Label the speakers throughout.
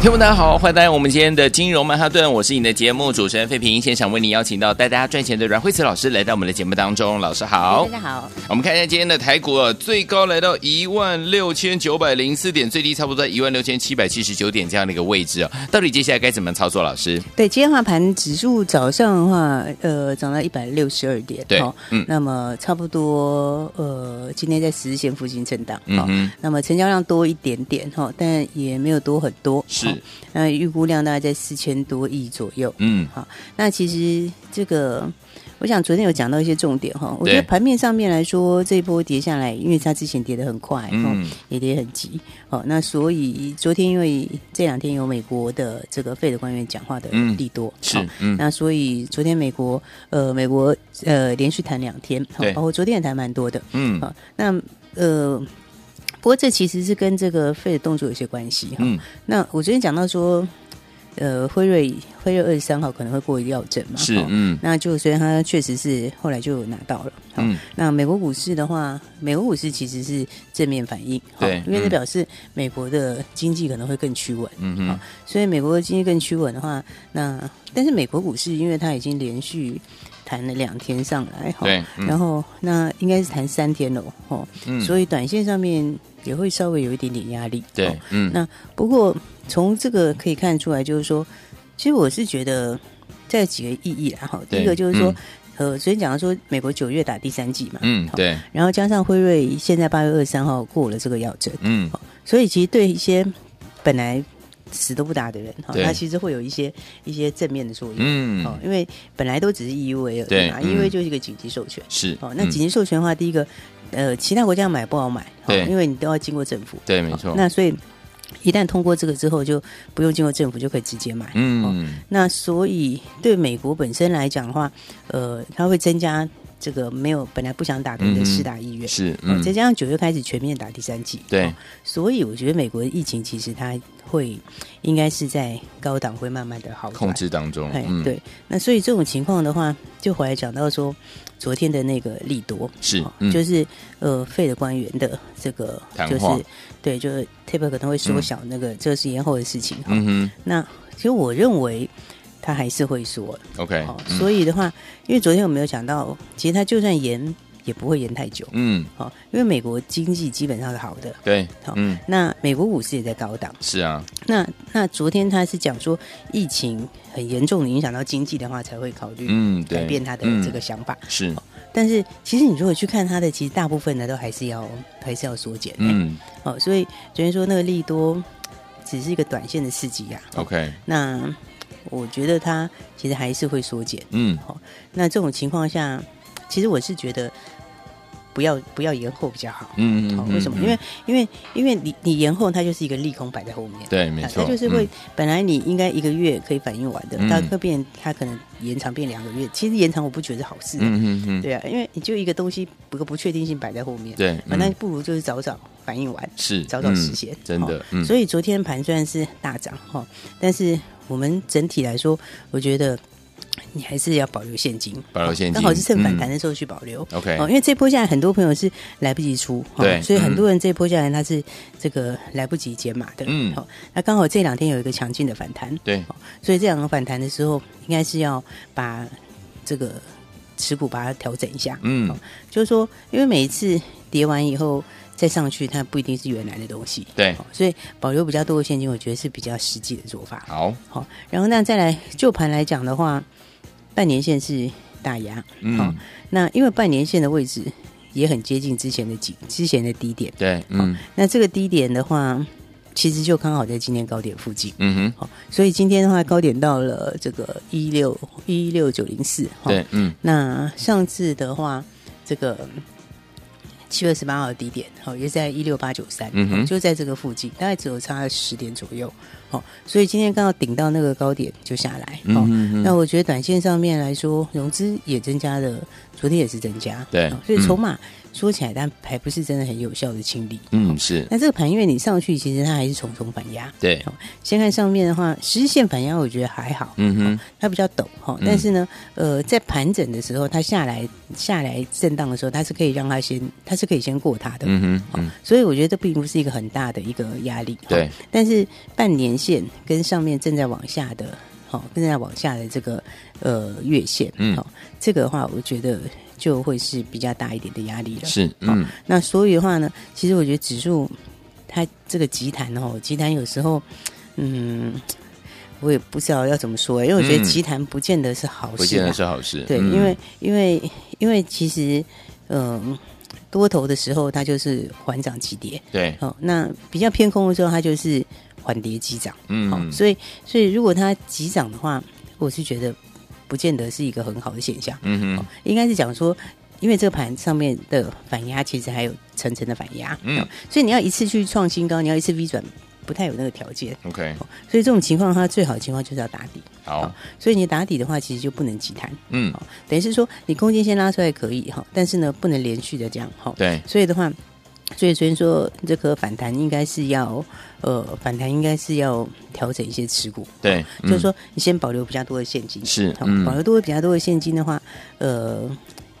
Speaker 1: 听众大家好，欢迎来到我们今天的金融曼哈顿，我是你的节目主持人费平，现场为你邀请到带大家赚钱的阮慧慈老师来到我们的节目当中，老师好
Speaker 2: 大。家好，
Speaker 1: 我们看一下今天的台股啊，最高来到一万六千九百零四点，最低差不多在一万六千七百七十九点这样的一个位置哦。到底接下来该怎么操作？老师，
Speaker 2: 对，今天的话盘指数早上的话，呃，涨到一百六十二点，
Speaker 1: 对
Speaker 2: 哦
Speaker 1: 嗯
Speaker 2: 那么差不多，呃，今天在十日线附近震荡，
Speaker 1: 嗯
Speaker 2: 哦
Speaker 1: 哼
Speaker 2: 那么成交量多一点点，哈、哦，但也没有多很多，
Speaker 1: 是
Speaker 2: 哦那预估量大概在四千多亿左右，
Speaker 1: 嗯，
Speaker 2: 好、那其实这个。我想昨天有讲到一些重点哈，我觉得
Speaker 1: 对
Speaker 2: 盘面上面来说，这一波跌下来，因为它之前跌得很快，哦
Speaker 1: 嗯
Speaker 2: 也跌很急，哦，那所以昨天因为这两天有美国的这个费的官员讲话的
Speaker 1: 嗯
Speaker 2: 利多，
Speaker 1: 是
Speaker 2: 哦
Speaker 1: 嗯
Speaker 2: 那所以昨天美国呃美国呃连续谈两天，
Speaker 1: 对
Speaker 2: 哦，我昨天也谈蛮多的，
Speaker 1: 嗯
Speaker 2: 好，那呃，不过这其实是跟这个费的动作有些关系哈。哦
Speaker 1: 嗯，
Speaker 2: 那我昨天讲到说，呃，辉瑞辉瑞二十三号可能会过于药证嘛，
Speaker 1: 是
Speaker 2: 哦
Speaker 1: 嗯
Speaker 2: 那就虽然它确实是后来就有拿到了，好
Speaker 1: 嗯
Speaker 2: 那美国股市的话，美国股市其实是正面反应，好
Speaker 1: 对
Speaker 2: 因为
Speaker 1: 嗯
Speaker 2: 这表示美国的经济可能会更趋稳，
Speaker 1: 嗯哼，
Speaker 2: 所以美国的经济更趋稳的话，那但是美国股市因为它已经连续谈了两天上来，哈
Speaker 1: 对嗯
Speaker 2: 然后那应该是谈三天了，哦，
Speaker 1: 嗯
Speaker 2: 所
Speaker 1: 以
Speaker 2: 以短线上面也会稍微有一点点压力，哦
Speaker 1: 对，嗯
Speaker 2: 那不过从这个可以看出来，就是说，其实我是觉得这有几个意义啦。哈，第
Speaker 1: 对
Speaker 2: 一个就是说
Speaker 1: 嗯，
Speaker 2: 呃，昨天讲到说美国九月打第三季嘛，
Speaker 1: 嗯
Speaker 2: 好，
Speaker 1: 对，
Speaker 2: 然后加上辉瑞现在八月二十三号过了这个药证，
Speaker 1: 嗯
Speaker 2: 所以其实对一些本来死都不打的人，哈，
Speaker 1: 对
Speaker 2: 他其实会有一些一些正面的作用。哦
Speaker 1: 嗯，
Speaker 2: 因为本来都只是 E EUA 而
Speaker 1: 对
Speaker 2: 已嘛
Speaker 1: 嗯
Speaker 2: ，EUA 就是一个紧急授权。
Speaker 1: 是
Speaker 2: 哦，那
Speaker 1: 嗯
Speaker 2: 紧急授权的话，第一个，呃，其他国家买不好买，哦
Speaker 1: 对
Speaker 2: 因为你都要经过政府。
Speaker 1: 对，没错，
Speaker 2: 那所以一旦通过这个之后，就不用经过政府就可以直接买。哦
Speaker 1: 嗯
Speaker 2: 那所以对美国本身来讲的话，呃，它会增加这个没有本来不想打工
Speaker 1: 嗯
Speaker 2: 的
Speaker 1: 哼
Speaker 2: 施打意愿。
Speaker 1: 是
Speaker 2: 哦
Speaker 1: 嗯
Speaker 2: 再加上九月开始全面打第三季，
Speaker 1: 对
Speaker 2: 哦所以我觉得美国的疫情其实它会应该是在高档会慢慢的好转
Speaker 1: 控。制当中
Speaker 2: 哎，，
Speaker 1: 嗯
Speaker 2: 对，那所以这种情况的话，就回来讲到说昨天的那个利多，
Speaker 1: 是
Speaker 2: 哦
Speaker 1: 嗯
Speaker 2: 就是呃，费的官员的这个
Speaker 1: 谈
Speaker 2: 就
Speaker 1: 话
Speaker 2: 是对，就是 taper 可能会缩小那个，这是延后的事情。哈。
Speaker 1: 嗯
Speaker 2: 那其实我认为他还是会缩，
Speaker 1: 哼，OK，
Speaker 2: 哦，
Speaker 1: 嗯
Speaker 2: 所以的话，因为昨天我没有讲到，其实他就算延也不会延太久，
Speaker 1: 嗯
Speaker 2: 哦，因为美国经济基本上是好的，
Speaker 1: 对
Speaker 2: 好，
Speaker 1: 嗯
Speaker 2: 那美国股市也在高档。
Speaker 1: 是啊，
Speaker 2: 那那昨天他是讲说，疫情很严重的影响到经济的话，才会考虑
Speaker 1: 嗯，对
Speaker 2: 改变他的这个想法。
Speaker 1: 嗯是，
Speaker 2: 但是其实你如果去看他的，其实大部分的都还是要还是要缩减。嗯，
Speaker 1: 嗯
Speaker 2: 哦，所以昨天说那个利多只是一个短线的刺激呀、啊。
Speaker 1: ，OK，
Speaker 2: 那我觉得它其实还是会缩减。
Speaker 1: 嗯
Speaker 2: 那这种情况下，其实我是觉得不要不要延后比较好。
Speaker 1: 嗯
Speaker 2: 哦
Speaker 1: 嗯，，
Speaker 2: 为什么？
Speaker 1: 嗯
Speaker 2: 因为因为因为你你延后，它就是一个利空摆在后面。
Speaker 1: 对，没
Speaker 2: 啊
Speaker 1: 错，
Speaker 2: 它就是会、
Speaker 1: 嗯
Speaker 2: 本来你应该一个月可以反应完的，
Speaker 1: 嗯
Speaker 2: 它会变，它可能延长变两个月。其实延长我不觉得是好事，
Speaker 1: 嗯嗯嗯，
Speaker 2: 对啊，因为你就一个东西不个不确定性摆在后面，
Speaker 1: 对
Speaker 2: 啊，
Speaker 1: 嗯
Speaker 2: 那不如就是早早反应完，
Speaker 1: 是
Speaker 2: 早早实现
Speaker 1: 嗯，真
Speaker 2: 哦
Speaker 1: 的，嗯，
Speaker 2: 所
Speaker 1: 以
Speaker 2: 以昨天盘虽然是大涨哈，哦但是我们整体来说，我觉得你还是要保留现金，
Speaker 1: 保留现金
Speaker 2: 刚好是趁反弹
Speaker 1: 嗯
Speaker 2: 的时候去保留。
Speaker 1: OK，
Speaker 2: 哦，因为这波下来很多朋友是来不及出，哦
Speaker 1: 对嗯
Speaker 2: 所以很多人这波下来他是这个来不及减码的，
Speaker 1: 嗯
Speaker 2: 哦，那刚好这两天有一个强劲的反弹，
Speaker 1: 对
Speaker 2: 哦，所以这两个反弹的时候，应该是要把这个持股把它调整一下，
Speaker 1: 嗯
Speaker 2: 哦就是说，因为每一次跌完以后再上去，它不一定是原来的东西，
Speaker 1: 对
Speaker 2: 哦所以保留比较多的现金，我觉得是比较实际的做法，
Speaker 1: 好，
Speaker 2: 好、然后那再来就盘来讲的话，半年线是大压，好
Speaker 1: 嗯，
Speaker 2: 那因为半年线的位置也很接近之前的几之前的低点，
Speaker 1: 对，嗯
Speaker 2: 那这个低点的话，其实就刚好在今天高点附近。
Speaker 1: 嗯
Speaker 2: 好，所以今天的话，高点到了这个一六一六九零四。哦
Speaker 1: 哼，对，嗯
Speaker 2: 那上次的话，这个七月十哦八号的低点，好，也在一六八九三
Speaker 1: 嗯哼，
Speaker 2: 就在这个附近，大概只有差十点左右。哦，所以今天刚好顶到那个高点就下来，哦，
Speaker 1: 嗯
Speaker 2: 那我觉得短线上面来说，融资也增加了，昨天也是增加，
Speaker 1: 对
Speaker 2: 哦所以
Speaker 1: 嗯
Speaker 2: 筹码说起来，但还不是真的很有效的清理。
Speaker 1: 嗯是，
Speaker 2: 那这个盘，因为你上去，其实它还是重重反压。
Speaker 1: 对，
Speaker 2: 哦先看上面的话，十日线反压我觉得还好，
Speaker 1: 嗯哼，
Speaker 2: 它比较陡哈、哦
Speaker 1: 嗯
Speaker 2: 但是呢，呃，在盘整的时候，它下来下来震荡的时候，它是可以让它先，它是可以先过它的。
Speaker 1: 嗯哼，
Speaker 2: 哦
Speaker 1: 嗯，
Speaker 2: 所以我觉得这并不是一个很大的一个压力。哦
Speaker 1: 对，
Speaker 2: 但是半年线跟上面正在往下的，好、正在往下的这个呃月线，
Speaker 1: 嗯
Speaker 2: 好、这个的话，我觉得就会是比较大一点的压力了。
Speaker 1: 是，嗯
Speaker 2: 那所以的话呢，其实我觉得指数它这个集团哦，集团有时候，嗯，我也不知道要怎么说，欸因为我觉得
Speaker 1: 嗯
Speaker 2: 集团不见得是好
Speaker 1: 不
Speaker 2: 事、
Speaker 1: 见
Speaker 2: 啊
Speaker 1: 得是好事，
Speaker 2: 对，
Speaker 1: 嗯
Speaker 2: 因为因为因为其实，嗯、多头的时候它就是缓涨急跌，
Speaker 1: 对，
Speaker 2: 哦，那比较偏空的时候它就是缓跌急涨，好、
Speaker 1: 嗯，
Speaker 2: 所以所以如果它急涨的话，我是觉得不见得是一个很好的现象。
Speaker 1: 嗯哼，
Speaker 2: 哦应该是讲说，因为这个盘上面的反压其实还有层层的反压，哦
Speaker 1: 嗯
Speaker 2: 所以你要一次去创新高，你要一次 V 转，不太有那个条件。
Speaker 1: ，OK，
Speaker 2: 所以这种情况，它最好的情况就是要打底。
Speaker 1: 好，
Speaker 2: 所以你打底的话，其实就不能急弹，
Speaker 1: 嗯，
Speaker 2: 等于是说你空间先拉出来可以哈，哦但是呢，不能连续的这样哈。
Speaker 1: 对，
Speaker 2: 所以的话，所以所以说这个反弹应该是要呃反弹应该是要调整一些持股，
Speaker 1: 对，嗯
Speaker 2: 就是，说你先保留比较多的现金，
Speaker 1: 是
Speaker 2: 好
Speaker 1: 嗯
Speaker 2: 保留多比较多的现金的话，呃，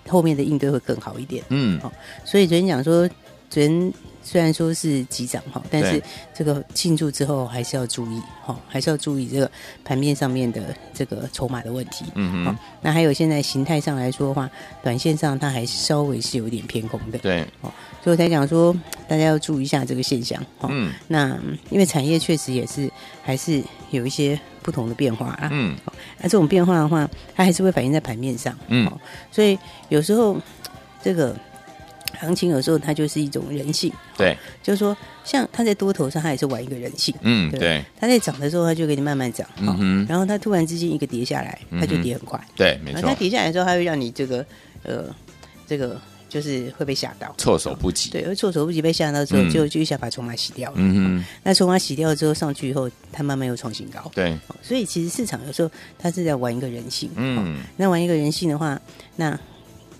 Speaker 2: 后面的应对会更好一点。
Speaker 1: 嗯，
Speaker 2: 所以昨天讲说，昨天虽然说是急涨哈，但是
Speaker 1: 对
Speaker 2: 这个庆祝之后还是要注意哈，还是要注意这个盘面上面的这个筹码的问题。
Speaker 1: 嗯
Speaker 2: 好
Speaker 1: 哼，
Speaker 2: 那还有现在形态上来说的话，短线上它还稍微是有点偏空的，
Speaker 1: 对，
Speaker 2: 所以我才讲说大家要注意一下这个现象哈。
Speaker 1: 嗯
Speaker 2: 那嗯因为产业确实也是还是有一些不同的变化啊，
Speaker 1: 嗯
Speaker 2: 那、这种变化的话，它还是会反映在盘面上，
Speaker 1: 嗯，
Speaker 2: 所以有时候这个行情有时候它就是一种人性，
Speaker 1: 对，
Speaker 2: 就是说像它在多头上，它也是玩一个人性，
Speaker 1: 嗯对，
Speaker 2: 它在涨的时候，它就给你慢慢涨，
Speaker 1: 嗯哼，
Speaker 2: 然后它突然之间一个跌下来，它就
Speaker 1: 嗯哼
Speaker 2: 跌很快，
Speaker 1: 对，没
Speaker 2: 然后
Speaker 1: 错
Speaker 2: 它，跌下来的时候，它会让你这个呃这个就是会被吓到，
Speaker 1: 措手不及，
Speaker 2: 对，而措手不及被吓到之后，
Speaker 1: 嗯
Speaker 2: 就就一下把筹码洗掉了。
Speaker 1: 嗯哼，
Speaker 2: 那筹码洗掉之后上去以后，它慢慢又创新高。
Speaker 1: 对，
Speaker 2: 哦所以其实市场有时候它是在玩一个人性。哦，
Speaker 1: 嗯
Speaker 2: 那玩一个人性的话，那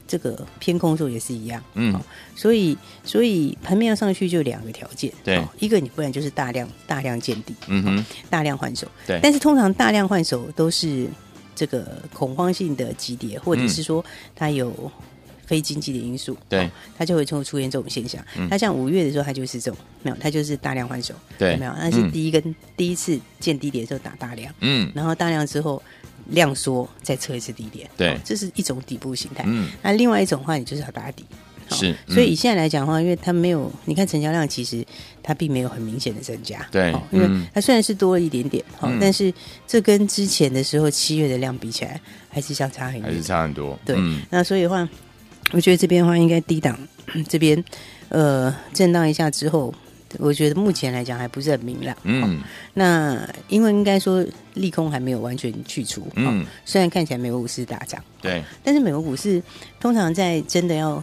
Speaker 2: 这个偏空的时候也是一样。
Speaker 1: 嗯，
Speaker 2: 所以所以盘面要上去就两个条件，
Speaker 1: 对
Speaker 2: 哦一个你不然就是大量大量见底，
Speaker 1: 嗯哼，
Speaker 2: 大量换手。
Speaker 1: 对
Speaker 2: 但是通常大量换手都是这个恐慌性的急跌，或者是说它有。非经济的因素，
Speaker 1: 对
Speaker 2: 它就会出出现这种现象。
Speaker 1: 嗯
Speaker 2: 它像五月的时候，它就是这种，没有，它就是大量换手，
Speaker 1: 对
Speaker 2: 有没有？那是
Speaker 1: 嗯
Speaker 2: 第一根、第一次见低点的时候打大量，
Speaker 1: 嗯
Speaker 2: 然后大量之后量缩，再测一次低点，
Speaker 1: 对
Speaker 2: 哦这是一种底部形态。
Speaker 1: 嗯
Speaker 2: 那另外一种的话，你就是要打底。哦
Speaker 1: 是嗯
Speaker 2: 所以以现在来讲的话，因为它没有，你看成交量其实它并没有很明显的增加，
Speaker 1: 对
Speaker 2: 哦因为
Speaker 1: 嗯
Speaker 2: 它虽然是多了一点点，好、
Speaker 1: 嗯
Speaker 2: 但是这跟之前的时候七月的量比起来，还是相差很
Speaker 1: 还是
Speaker 2: 远。
Speaker 1: 差很多，
Speaker 2: 对，
Speaker 1: 嗯
Speaker 2: 那所以的话，我觉得这边的话应该低档这边呃震荡一下之后，我觉得目前来讲还不是很明朗。哦
Speaker 1: 嗯
Speaker 2: 那因为应该说利空还没有完全去除，嗯、
Speaker 1: 嗯，
Speaker 2: 虽然看起来美国股市大涨。
Speaker 1: 对，
Speaker 2: 但是美国股市通常在真的要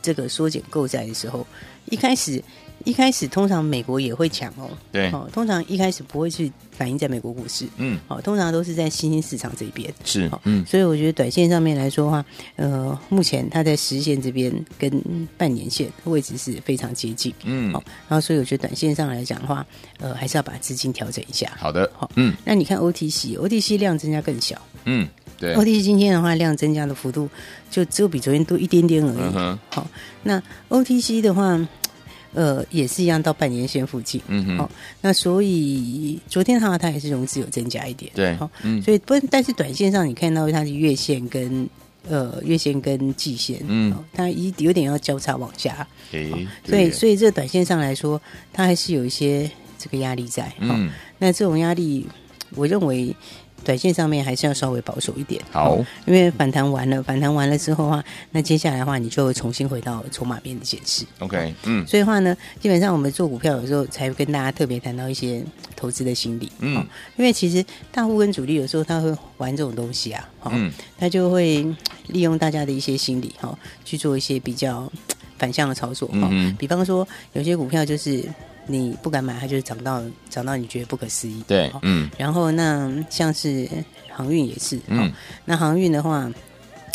Speaker 2: 这个缩减购债的时候，一开始一开始通常美国也会抢哦，
Speaker 1: 对，
Speaker 2: 哦，通常一开始不会去反映在美国股市，
Speaker 1: 嗯
Speaker 2: 哦，通常都是在新兴市场这边。
Speaker 1: 是
Speaker 2: 哦，
Speaker 1: 嗯
Speaker 2: 所以我觉得短线上面来说的话，呃，目前它在实线这边跟半年线位置是非常接近，
Speaker 1: 嗯
Speaker 2: 哦，然后所以我觉得短线上来讲的话，呃，还是要把资金调整一下。
Speaker 1: 好的
Speaker 2: 好，
Speaker 1: 嗯
Speaker 2: 那你看 OTC，OTC 量增加更小，
Speaker 1: 嗯对，
Speaker 2: OTC 今天的话，量增加的幅度就只有比昨天多一点点而
Speaker 1: 嗯
Speaker 2: 已。
Speaker 1: 哼
Speaker 2: 好、那 OTC 的话，呃，也是一样到半年线附近。
Speaker 1: 嗯哼
Speaker 2: 好、那所以昨天的话，它也是融资有增加一点。
Speaker 1: 对
Speaker 2: 好、，
Speaker 1: 嗯
Speaker 2: 所以不，但是短线上你看到它的月线跟呃月线跟季线，
Speaker 1: 嗯
Speaker 2: 哦它一有点要交叉往下，
Speaker 1: 诶，
Speaker 2: 所
Speaker 1: 对
Speaker 2: 以
Speaker 1: 耶
Speaker 2: 所以这短线上来说，它还是有一些这个压力在。哦
Speaker 1: 嗯
Speaker 2: 那这种压力，我认为短线上面还是要稍微保守一点。
Speaker 1: 好
Speaker 2: 哦，因为反弹完了，反弹完了之后的话，那接下来的话，你就会重新回到筹码面的显示。
Speaker 1: OK，嗯
Speaker 2: 所以的话呢，基本上我们做股票有时候才会跟大家特别谈到一些投资的心理，哦
Speaker 1: 嗯
Speaker 2: 因为其实大户跟主力有时候他会玩这种东西啊，哦，
Speaker 1: 嗯
Speaker 2: 他就会嗯利用大家的一些心理哈、哦，去做一些比较嗯反向的操作哈、哦
Speaker 1: 嗯哼
Speaker 2: 比方说有些股票就是你不敢买，它就是涨到涨到你觉得不可思议。
Speaker 1: 对
Speaker 2: 哦，
Speaker 1: 嗯
Speaker 2: 然后那像是航运也是，哦
Speaker 1: 嗯，
Speaker 2: 那航运的话，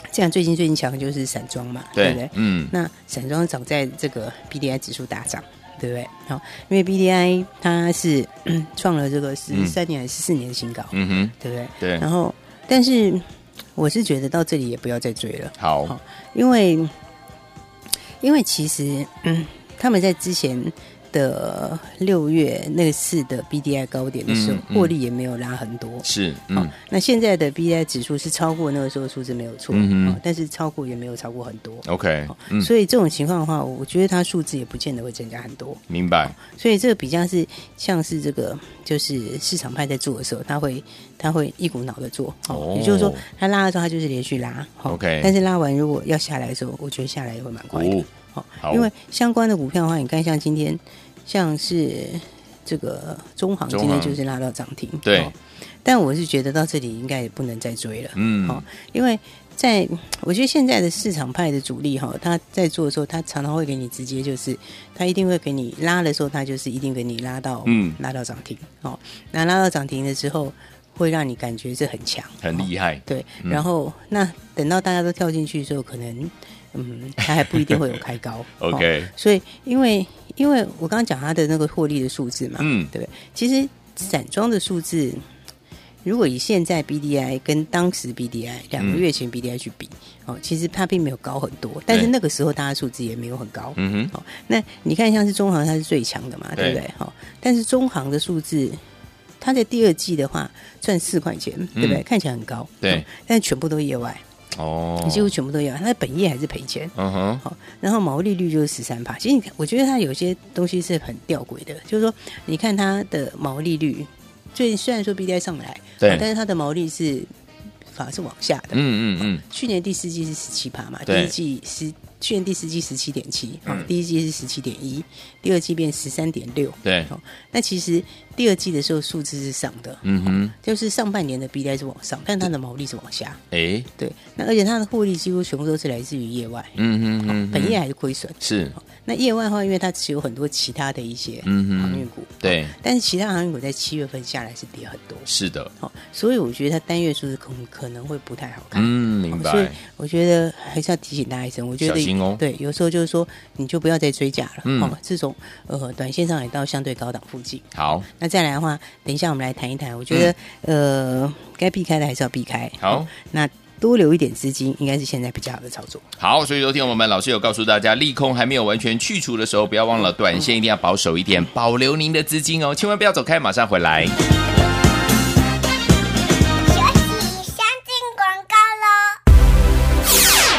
Speaker 2: 像最近最近强的就是散装嘛，对不
Speaker 1: 对
Speaker 2: 对？，
Speaker 1: 嗯
Speaker 2: 那散装涨在这个 B D I 指数大涨，对不对？好，因为 B D I 它是 创了这个十三年还是十四年的新高，
Speaker 1: 嗯哼，
Speaker 2: 对不对？
Speaker 1: 对，
Speaker 2: 然后，但是我是觉得到这里也不要再追了，
Speaker 1: 好
Speaker 2: 好，因为因为其实、嗯、他们在之前。的六月那次的 B D I 高点的时候
Speaker 1: 嗯，嗯
Speaker 2: 获利也没有拉很多，
Speaker 1: 是，
Speaker 2: 哦
Speaker 1: 嗯，
Speaker 2: 那现在的 B I 指数是超过那个时候的数字没有错，
Speaker 1: 嗯哼
Speaker 2: 哦但是超过也没有超过很多。
Speaker 1: ，OK，
Speaker 2: 哦
Speaker 1: 嗯，
Speaker 2: 所以这种情况的话，我觉得它数字也不见得会增加很多，
Speaker 1: 明白，
Speaker 2: 所以这个比较是像是这个就是市场派在做的时候，他会他会一股脑的做，
Speaker 1: 哦
Speaker 2: 也就是说他拉的时候他就是连续拉、哦
Speaker 1: OK
Speaker 2: 但是拉完如果要下来的时候，我觉得下来也会蛮快的，
Speaker 1: 哦，
Speaker 2: 哦
Speaker 1: 好
Speaker 2: 因为相关的股票的话，你看像今天像是这个中航
Speaker 1: 中
Speaker 2: 今
Speaker 1: 航
Speaker 2: 天就是拉到涨停，哦
Speaker 1: 对
Speaker 2: 但我是觉得到这里应该也不能再追了，
Speaker 1: 嗯，
Speaker 2: 好因为在我觉得现在的市场派的主力哈，他在做的时候，他常常会给你直接就是，他一定会给你拉的时候，他就是一定给你拉到
Speaker 1: 嗯
Speaker 2: 拉到涨停哦，那拉到涨停的时候，会让你感觉是很强，
Speaker 1: 很
Speaker 2: 哦
Speaker 1: 厉害，
Speaker 2: 对，
Speaker 1: 嗯。
Speaker 2: 然后、那等到大家都跳进去的时候，可能嗯，它还不一定会有开高
Speaker 1: ，OK，
Speaker 2: 哦所以因为因为我刚刚讲它的那个获利的数字嘛，
Speaker 1: 嗯
Speaker 2: 对不对？其实散装的数字，如果以现在 BDI 跟当时 BDI 两个月
Speaker 1: 嗯
Speaker 2: 前 BDI 去比，哦，其实它并没有高很多，但是那个时候大家数字也没有很高。
Speaker 1: 嗯哼，
Speaker 2: 哦，那你看像是中航它是最强的嘛，
Speaker 1: 对
Speaker 2: 对不对？好、但是中航的数字，它在第二季的话赚四块钱，对不对？看起来很高，
Speaker 1: 嗯对
Speaker 2: 哦但是全部都业外，
Speaker 1: 哦，
Speaker 2: 几乎全部都业外，它的本业还是赔钱。
Speaker 1: 嗯哼，
Speaker 2: 好，然后毛利率就是十三帕。其实你看，我觉得它有些东西是很吊诡的，就是说，你看它的毛利率，最虽然说 BDI 上来，
Speaker 1: 对
Speaker 2: 但是它的毛利是反而是往下的。
Speaker 1: 嗯嗯嗯，
Speaker 2: 去年第四季是十七帕嘛，第
Speaker 1: 对
Speaker 2: 一季十，去年第四季十七点七，好
Speaker 1: 嗯，
Speaker 2: 第一季是十七点一，第二季变十三点六。
Speaker 1: 对，
Speaker 2: 好，那其实第二季的时候数字是上的，
Speaker 1: 嗯哼，
Speaker 2: 就是上半年的 BDI 是往上，但它的毛利是往下。
Speaker 1: 诶，
Speaker 2: 对，那而且它的获利几乎全部都是来自于业外，
Speaker 1: 嗯哼嗯哼，
Speaker 2: 本业还是亏损。
Speaker 1: 是，
Speaker 2: 那业外的话，因为它持有很多其他的一些
Speaker 1: 嗯哼
Speaker 2: 航运股，
Speaker 1: 对，
Speaker 2: 但是其他航运股在七月份下来是跌很多，
Speaker 1: 是的，
Speaker 2: 好、所以我觉得它单月数字可可能会不太好看。
Speaker 1: 嗯，明
Speaker 2: 所以
Speaker 1: 白，
Speaker 2: 我觉得还是要提醒大家一声，我觉得
Speaker 1: 小心哦
Speaker 2: 对，有时候就是说你就不要再追价了，
Speaker 1: 嗯
Speaker 2: 哦，这种呃短线上也到相对高档附近。
Speaker 1: 好，
Speaker 2: 那再来的话，等一下我们来谈一谈，我觉得、呃该避开的还是要避开，
Speaker 1: 嗯好
Speaker 2: 哦那多留一点资金应该是现在比较好的操作。
Speaker 1: 好，所以昨天我们老师有告诉大家，利空还没有完全去除的时候，不要忘了短线一定要保守一点，保留您的资金哦，千万不要走开，马上回来。
Speaker 3: 学习先进广告喽。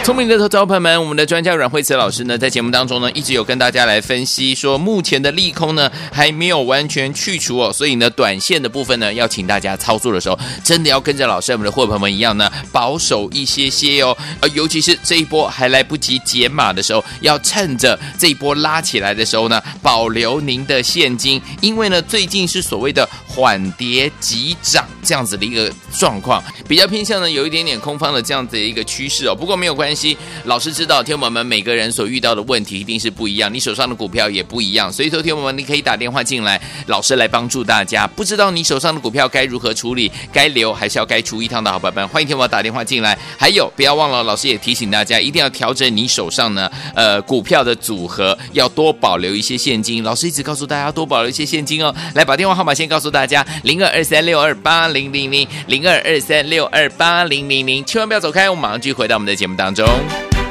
Speaker 1: 聪明的投资者朋友们，我们的专家阮慧慈老师呢，在节目当中呢，一直有跟大家来分析说，目前的利空呢还没有完全去除哦，所以呢，短线的部分呢，要请大家操作的时候，真的要跟着老师我们的伙伴们一样呢，保守一些些哦，呃，尤其是这一波还来不及解码的时候，要趁着这一哦波拉起来的时候呢，保留您的现金，因为呢，最近是所谓的缓跌急涨这样子的一个状况，比较偏向呢有一点点空方的这样子的一个趋势哦。不过没有关系，老师知道天友们每个人所遇到的问题一定是不一样，你手上的股票也不一样，所以说天友们你可以打电话进来，老师来帮助大家。不知道你手上的股票该如何处理，该留还是要该出一趟的好伙伴们，欢迎天友打电话进来。还有不要忘了，老师也提醒大家，一定要调整你手上呢呃股票的组合，要多保留一些现金。老师一直告诉大家多保留一些现金哦。来，把电话号码先告诉大家：零二二三六二八零零零，零二二三六二八零零零。千万不要走开，我们马上继续回到我们的节目当中。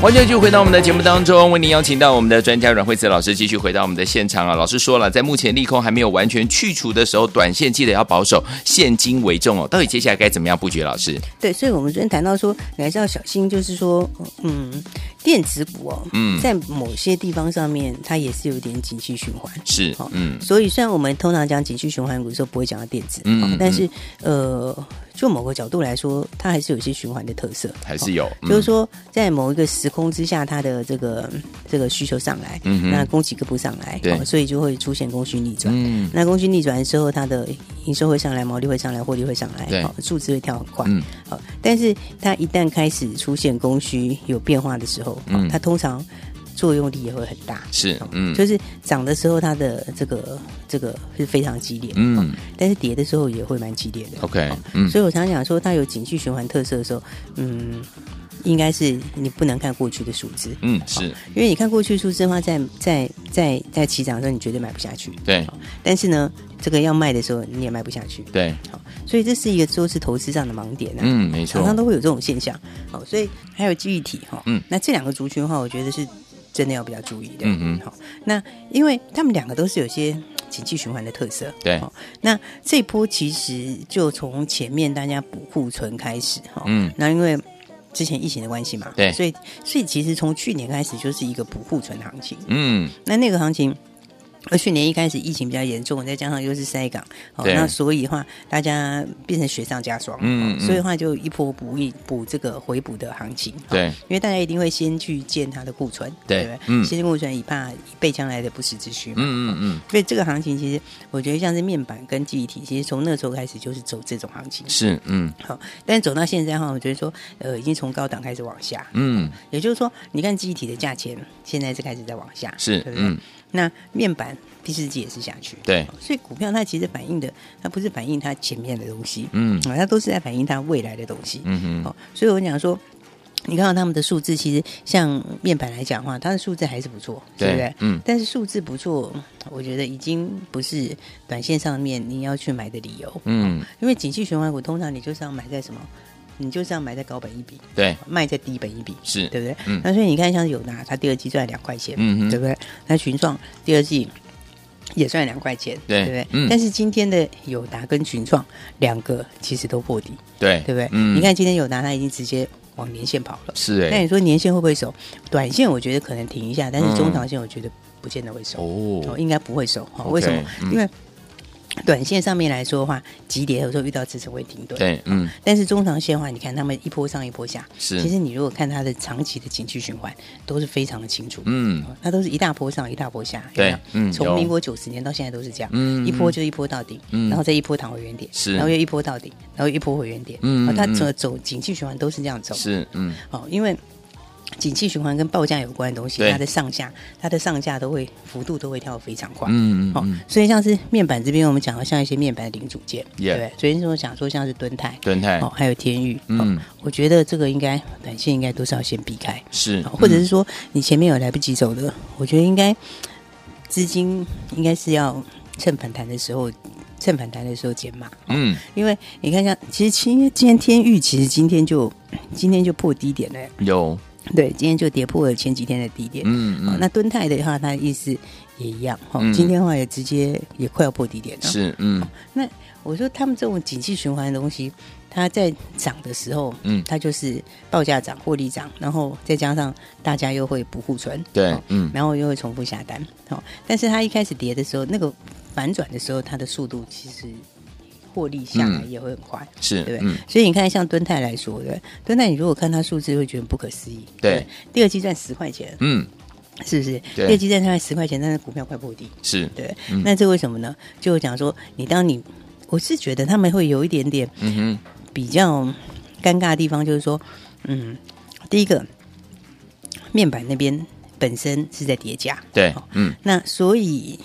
Speaker 4: 欢迎继续回到我们的节目当中，为您邀请到我们的专家阮慧慈老师继续回到我们的现场啊。老师说了，在目前利空还没有完全去除的时候，短线记得要保守，现金为重哦。到底接下来该怎么样布局？老师，
Speaker 2: 对，所以我们昨天谈到说，你还是要小心，就是说，嗯，电子股哦，
Speaker 1: 嗯
Speaker 2: 在某些地方上面，它也是有点景气循环。
Speaker 1: 是
Speaker 2: 好，
Speaker 1: 嗯，
Speaker 2: 所以虽然我们通常讲景气循环股的时候不会讲到电子，
Speaker 1: 嗯
Speaker 2: 好
Speaker 1: 嗯
Speaker 2: 但是呃，就某个角度来说，它还是有一些循环的特色，
Speaker 1: 还
Speaker 2: 好
Speaker 1: 是有，
Speaker 2: 就是
Speaker 1: 嗯
Speaker 2: 说，在某一个时空之下，它的这个这个需求上来，
Speaker 1: 嗯哼
Speaker 2: 那供给跟不上来，啊
Speaker 1: 对
Speaker 2: 所以就会出现供需逆转。
Speaker 1: 嗯
Speaker 2: 那供需逆转之后，它的营收会上来，毛利会上来，获利会上来
Speaker 1: 对，
Speaker 2: 好数字会跳很快。
Speaker 1: 嗯
Speaker 2: 好，但是它一旦开始出现供需有变化的时候，好
Speaker 1: 嗯
Speaker 2: 它通常作用力也会很大。
Speaker 1: 是
Speaker 2: 好
Speaker 1: 嗯
Speaker 2: 就是涨的时候，它的这个这个是非常激烈，
Speaker 1: 嗯
Speaker 2: 好但是跌的时候也会蛮激烈的。
Speaker 1: OK，
Speaker 2: 好
Speaker 1: 嗯
Speaker 2: 所以我常讲说，它有景气循环特色的时候，嗯，应该是你不能看过去的数字，
Speaker 1: 嗯是
Speaker 2: 因为你看过去数字的话，在在在在起涨的时候，你绝对买不下去。
Speaker 1: 对
Speaker 2: 好但是呢，这个要卖的时候，你也卖不下去。
Speaker 1: 对，
Speaker 2: 好，所以这是一个都是投资上的盲点啊。
Speaker 1: 嗯没错
Speaker 2: 常，常都会有这种现象。好，所以还有记忆体哈，
Speaker 1: 嗯
Speaker 2: 那这两个族群的话，我觉得是真的要比较注意的。
Speaker 1: 嗯哼
Speaker 2: 好，那因为他们两个都是有些景气循环的特色。
Speaker 1: 对
Speaker 2: 好，那这波其实就从前面大家补库存开始哈，
Speaker 1: 嗯
Speaker 2: 那因为。之前疫情的关系嘛，
Speaker 1: 对
Speaker 2: 所以所以其实从去年开始就是一个补库存行情。
Speaker 1: 嗯
Speaker 2: 那那个行情，而去年一开始疫情比较严重，再加上又是塞港，哦，
Speaker 1: 对
Speaker 2: 那所以的话大家变成雪上加霜，
Speaker 1: 嗯
Speaker 2: 哦
Speaker 1: 嗯
Speaker 2: 所以的话就一波补一补这个回补的行情，哦
Speaker 1: 对
Speaker 2: 因为大家一定会先去建它的库存，
Speaker 1: 对
Speaker 2: 不对？
Speaker 1: 嗯
Speaker 2: 先建库存以怕备将来的不时之需嘛。
Speaker 1: 嗯嗯嗯
Speaker 2: 所以这个行情其实，我觉得像是面板跟记忆体，其实从那时候开始就是走这种行情。
Speaker 1: 是嗯
Speaker 2: 好，但走到现在的话，我觉得说，呃，已经从高档开始往下。
Speaker 1: 嗯
Speaker 2: 也就是说，你看记忆体的价钱现在是开始在往下，
Speaker 1: 是
Speaker 2: 对不对？
Speaker 1: 嗯
Speaker 2: 那面板第四季也是下去，
Speaker 1: 对
Speaker 2: 哦所以股票它其实反映的，它不是反映它前面的东西，
Speaker 1: 嗯
Speaker 2: 啊，它都是在反映它未来的东西，
Speaker 1: 嗯哼
Speaker 2: 哦，所以我讲说。你看到他们的数字，其实像面板来讲的话，它的数字还是不错，
Speaker 1: 对
Speaker 2: 对不对？
Speaker 1: 嗯
Speaker 2: 但是数字不错，我觉得已经不是短线上面你要去买的理由，
Speaker 1: 嗯
Speaker 2: 因为景气循环股通常你就是要买在什么，你就是要买在高本一笔，
Speaker 1: 对
Speaker 2: 卖在低本一笔，
Speaker 1: 是
Speaker 2: 对不对？
Speaker 1: 嗯
Speaker 2: 那所以你看，像是友达，它第二季赚两块钱，
Speaker 1: 嗯哼
Speaker 2: 对不对？那群创第二季也赚两块钱，
Speaker 1: 对
Speaker 2: 对不对？
Speaker 1: 嗯
Speaker 2: 但是今天的友达跟群创两个其实都破底，
Speaker 1: 对
Speaker 2: 对不对？
Speaker 1: 嗯
Speaker 2: 你看今天友达它已经直接往年线跑了，
Speaker 1: 是
Speaker 2: 那
Speaker 1: 哎
Speaker 2: 你说年线会不会守？短线我觉得可能停一下，但
Speaker 1: 嗯
Speaker 2: 是中长线我觉得不见得会守，
Speaker 1: 哦
Speaker 2: 应该不会守。哦
Speaker 1: OK，
Speaker 2: 为什么？
Speaker 1: 嗯
Speaker 2: 因为短线上面来说的话，急跌有时候遇到支撑会停顿，
Speaker 1: 对嗯
Speaker 2: 但是中长线的话，你看他们一波上一波下，
Speaker 1: 是
Speaker 2: 其实你如果看它的长期的景气循环，都是非常的清楚。
Speaker 1: 嗯
Speaker 2: 哦，它都是一大波上一大波下，有
Speaker 1: 对
Speaker 2: 没有
Speaker 1: 嗯有
Speaker 2: 从民国九十年到现在都是这样，
Speaker 1: 嗯
Speaker 2: 一波就一波到顶，
Speaker 1: 嗯
Speaker 2: 然后再一波躺回原点，
Speaker 1: 是
Speaker 2: 然后又一波到顶，然后一波回原点，
Speaker 1: 嗯
Speaker 2: 哦它
Speaker 1: 嗯嗯
Speaker 2: 走走景气循环都是这样走，
Speaker 1: 是嗯
Speaker 2: 哦，因为景气循环跟报价有关的东西，
Speaker 1: 对
Speaker 2: 它的上下，它的上下都会幅度都会跳得非常快，
Speaker 1: 嗯嗯
Speaker 2: 哦
Speaker 1: 嗯，
Speaker 2: 所以像是面板这边，我们讲到像一些面板零组件，
Speaker 1: Yeah
Speaker 2: 对不对，昨天说讲说像是敦泰，
Speaker 1: 敦泰
Speaker 2: 哦，还有天宇，
Speaker 1: 嗯
Speaker 2: 嗯，我觉得这个应该短线应该都是要先避开，
Speaker 1: 是
Speaker 2: 哦或者是
Speaker 1: 嗯
Speaker 2: 说你前面有来不及走的，我觉得应该资金应该是要趁反弹的时候，趁反弹的时候减码，
Speaker 1: 嗯
Speaker 2: 因为你看像其实今天今天天宇其实今天就今天就破低点了，
Speaker 1: 有
Speaker 2: 对，今天就跌破了前几天的低点，
Speaker 1: 嗯
Speaker 2: 哦
Speaker 1: 嗯
Speaker 2: 那敦泰的话，它的意思也一样哈、哦
Speaker 1: 嗯
Speaker 2: 今天的话也直接也快要破低点了。
Speaker 1: 是嗯
Speaker 2: 那我说他们这种景气循环的东西，它在涨的时候，
Speaker 1: 嗯
Speaker 2: 它就是报价涨、获利涨，然后再加上大家又会补库存，
Speaker 1: 对
Speaker 2: 哦
Speaker 1: 嗯
Speaker 2: 然后又会重复下单，好、但是它一开始跌的时候，那个反转的时候，它的速度其实获利下来
Speaker 1: 嗯
Speaker 2: 也会很快，
Speaker 1: 是
Speaker 2: 对不对？
Speaker 1: 嗯
Speaker 2: 所以你看，像敦泰来说，对不对敦泰，你如果看它数字，会觉得不可思议，
Speaker 1: 对
Speaker 2: 不第二季赚十块钱，
Speaker 1: 嗯
Speaker 2: 是不是？
Speaker 1: 对
Speaker 2: 第二季赚大概十块钱，但是股票快破底，
Speaker 1: 是
Speaker 2: 对，
Speaker 1: 嗯
Speaker 2: 那这为什么呢？就讲说，你当你，我是觉得他们会有一点点
Speaker 1: 嗯哼
Speaker 2: 比较尴尬的地方，就是说，嗯，第一个面板那边本身是在叠加，
Speaker 1: 对
Speaker 2: 哦
Speaker 1: 嗯
Speaker 2: 那所以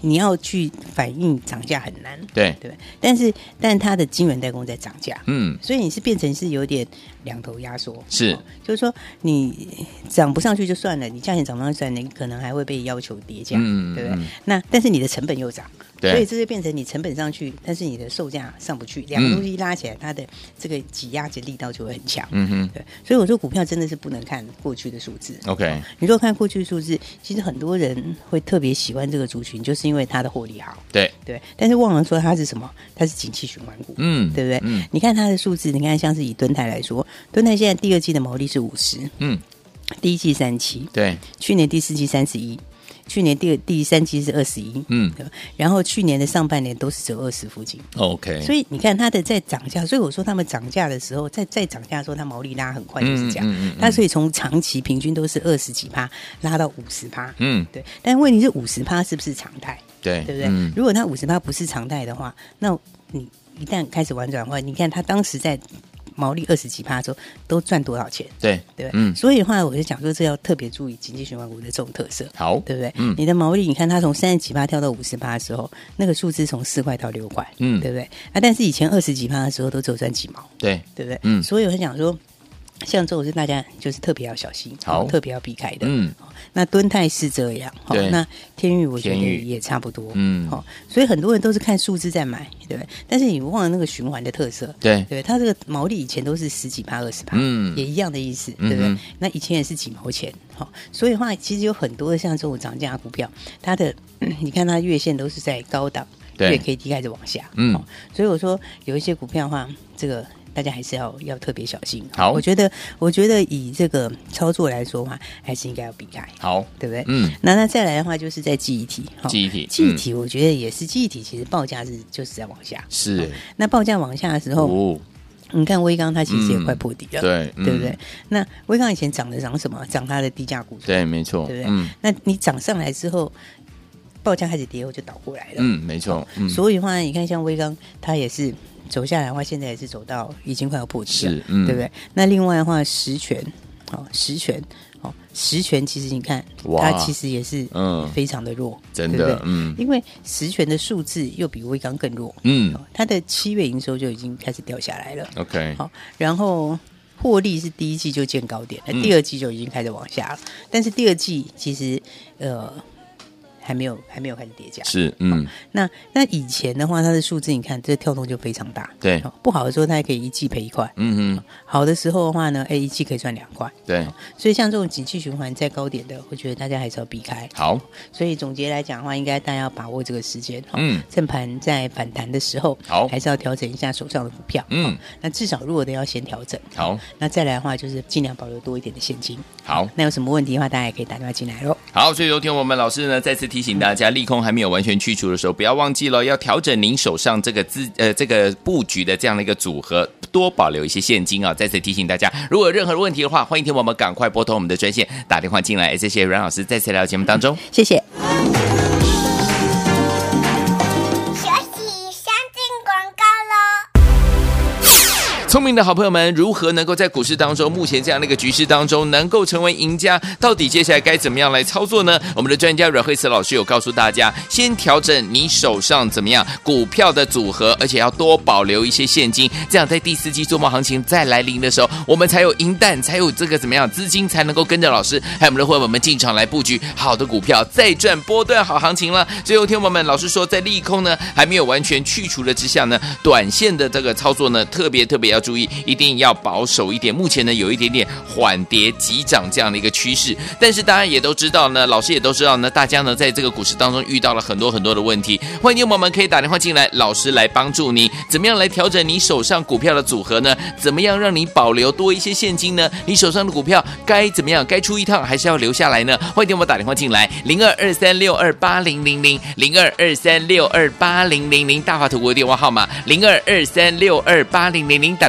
Speaker 2: 你要去反映涨价很难，
Speaker 1: 对
Speaker 2: 对不对，但是但它的晶圆代工在涨价，
Speaker 1: 嗯
Speaker 2: 所以你是变成是有点两头压缩，
Speaker 1: 是
Speaker 2: 哦就是说你涨不上去就算了，你价钱涨不上去算了，你可能还会被要求跌价，
Speaker 1: 嗯
Speaker 2: 对不对？
Speaker 1: 嗯
Speaker 2: 那但是你的成本又涨，
Speaker 1: 对嗯
Speaker 2: 所以这就变成你成本上去，但是你的售价上不去，两个东西拉起来，它的这个挤压的力道就会很强。
Speaker 1: 嗯哼
Speaker 2: 对，所以我说股票真的是不能看过去的数字。
Speaker 1: OK
Speaker 2: 你如果看过去的数字，其实很多人会特别喜欢这个族群，就是因为它的获利好，
Speaker 1: 对
Speaker 2: 对。但是忘了说它是什么，它是景气循环股，
Speaker 1: 嗯
Speaker 2: 对不对？
Speaker 1: 嗯
Speaker 2: 你看它的数字，你看像是以敦泰来说，敦泰现在第二季的毛利是五十，
Speaker 1: 嗯
Speaker 2: 第一季三七，
Speaker 1: 对，
Speaker 2: 去年第四季三十一，去年第二第三季是二十一，
Speaker 1: 嗯
Speaker 2: 然后去年的上半年都是只有二十附近，
Speaker 1: ，OK，
Speaker 2: 哦所
Speaker 1: 以
Speaker 2: 以你看它的在涨价，所以我说他们涨价的时候，在在涨价的时候，它毛利拉很快就是这样，
Speaker 1: 嗯嗯嗯嗯
Speaker 2: 它所以从长期平均都是二十几趴拉到五十趴，
Speaker 1: 嗯，
Speaker 2: 对，但问题是五十趴是不是常态？
Speaker 1: 对，
Speaker 2: 对不对？
Speaker 1: 嗯
Speaker 2: 如果它五十八不是常态的话，那你一旦开始玩转换，你看它当时在毛利二十几趴的时候都赚多少钱，
Speaker 1: 对，
Speaker 2: 对不对？
Speaker 1: 嗯，
Speaker 2: 所以的话，我就讲说这要特别注意经济循环股的这种特色，
Speaker 1: 好，
Speaker 2: 对不对？
Speaker 1: 嗯
Speaker 2: 你的毛利，你看它从三十几趴跳到五十趴的时候，那个数字从四块到六块，
Speaker 1: 嗯
Speaker 2: 对不对？啊，但是以前二十几趴的时候都只有赚几毛，
Speaker 1: 对，
Speaker 2: 对不对？
Speaker 1: 嗯
Speaker 2: 所以我想说。像这种是大家就是特别要小心，
Speaker 1: 好
Speaker 2: 特别要避开的。哦
Speaker 1: 嗯，
Speaker 2: 那敦泰是这样，好
Speaker 1: 对
Speaker 2: 那天宇我觉得
Speaker 1: 天宇
Speaker 2: 也差不多，
Speaker 1: 嗯
Speaker 2: 好、所以很多人都是看数字在买，对不对？但是你忘了那个循环的特色，
Speaker 1: 对，
Speaker 2: 对，它这个毛利以前都是十几趴、二十趴，
Speaker 1: 哎嗯
Speaker 2: 也一样的意思，
Speaker 1: 嗯哼
Speaker 2: 对不对？那以前也是几毛钱，好、所以的话，其实有很多像这种涨价股票，它的、 嗯你看它月线都是在高档，
Speaker 1: 对
Speaker 2: 月 K D 开始往下，
Speaker 1: 嗯
Speaker 2: 好所以我说有一些股票的话，这个。大家还是要要特别小心。
Speaker 1: 好
Speaker 2: 我觉得，我觉得以这个操作来说的话，还是应该要避开，
Speaker 1: 好，
Speaker 2: 对不对？
Speaker 1: 嗯，
Speaker 2: 那那再来的话，就是在记忆体，哈
Speaker 1: 记忆体嗯
Speaker 2: 记忆体，我觉得也是记忆体，其实报价是就是在往下。
Speaker 1: 是，
Speaker 2: 那报价往下的时候，
Speaker 1: 哦，
Speaker 2: 你看威刚它其实也
Speaker 1: 嗯
Speaker 2: 快破底了，
Speaker 1: 对，
Speaker 2: 对不对
Speaker 1: 嗯？？
Speaker 2: 那威刚以前涨的涨什么？涨它的低价股，
Speaker 1: 对，没错，
Speaker 2: 对不对
Speaker 1: 嗯？
Speaker 2: 那你涨上来之后，报价开始跌，我就倒过来了。
Speaker 1: 嗯，没错，嗯，
Speaker 2: 哦所以的话，你看像威刚，它也是走下来的话，现在也是走到已经快要破底了，
Speaker 1: 是嗯
Speaker 2: 对不对？那另外的话，实权，哦，实权，哦，实权，其实你看
Speaker 1: 哇
Speaker 2: 它其实也是
Speaker 1: 嗯
Speaker 2: 非常的弱，
Speaker 1: 真
Speaker 2: 对不
Speaker 1: 的
Speaker 2: 对，
Speaker 1: 嗯
Speaker 2: 因为实权的数字又比威刚更弱，
Speaker 1: 嗯
Speaker 2: 哦它的七月营收就已经开始掉下来了，
Speaker 1: ，OK，
Speaker 2: 好，然后获利是第一季就见高点，那
Speaker 1: 嗯
Speaker 2: 第二季就已经开始往下了，但是第二季其实呃还没有还没有开始跌价。
Speaker 1: 是，嗯，
Speaker 2: 那那以前的话，它的数字你看这跳动就非常大，
Speaker 1: 对
Speaker 2: 哦不好的时候它还可以一季赔一块，
Speaker 1: 嗯嗯，
Speaker 2: 好的时候的话呢，哎一季可以赚两块，
Speaker 1: 对，
Speaker 2: 所以像这种景气循环在高点的，我觉得大家还是要避开。
Speaker 1: 好，
Speaker 2: 所以总结来讲的话，应该大家要把握这个时间，哦
Speaker 1: 嗯
Speaker 2: 趁盘在反弹的时候，
Speaker 1: 好
Speaker 2: 还是要调整一下手上的股票，
Speaker 1: 嗯，
Speaker 2: 那至少弱的要先调整，
Speaker 1: 好，
Speaker 2: 那再来的话，就是尽量保留多一点的现金。
Speaker 1: 好。
Speaker 2: 那有什么问题的话，大家也可以打电话进来喽。
Speaker 1: 好，所以昨天我们老师呢再次提醒大家，利空还没有完全去除的时候，不要忘记了要调整您手上这个资呃这个布局的这样的一个组合，多保留一些现金啊。再次提醒大家，如果有任何问题的话，欢迎听我们赶快拨通我们的专线打电话进来。谢谢阮老师再次来到节目当中。
Speaker 2: 谢谢。
Speaker 3: 学习先进广告喽。
Speaker 1: 聪明的好朋友们，如何能够在股市当中，目前这样的一个局势当中，能够成为赢家？到底接下来该怎么样来操作呢？我们的专家阮慧慈老师有告诉大家，先调整你手上怎么样股票的组合，而且要多保留一些现金，这样在第四季做梦行情再来临的时候，我们才有赢蛋，才有这个怎么样资金才能够跟着老师还有我们的伙伴们进场来布局好的股票，再赚波段好行情了。最后，天我们老师说，在利空呢还没有完全去除的之下呢，短线的这个操作呢，特别特别要注意，一定要保守一点。目前呢，有一点点缓跌急涨这样的一个趋势，但是大家也都知道呢，老师也都知道呢，大家呢在这个股市当中遇到了很多很多的问题，欢迎听众朋友们可以打电话进来，老师来帮助你，怎么样来调整你手上股票的组合呢？怎么样让你保留多一些现金呢？你手上的股票该怎么样？该出一趟还是要留下来呢？欢迎听我们打电话进来，零二二三六二八零零零，零二二三六二八零零零，大华图国电话号码零二二三六二八零零零，打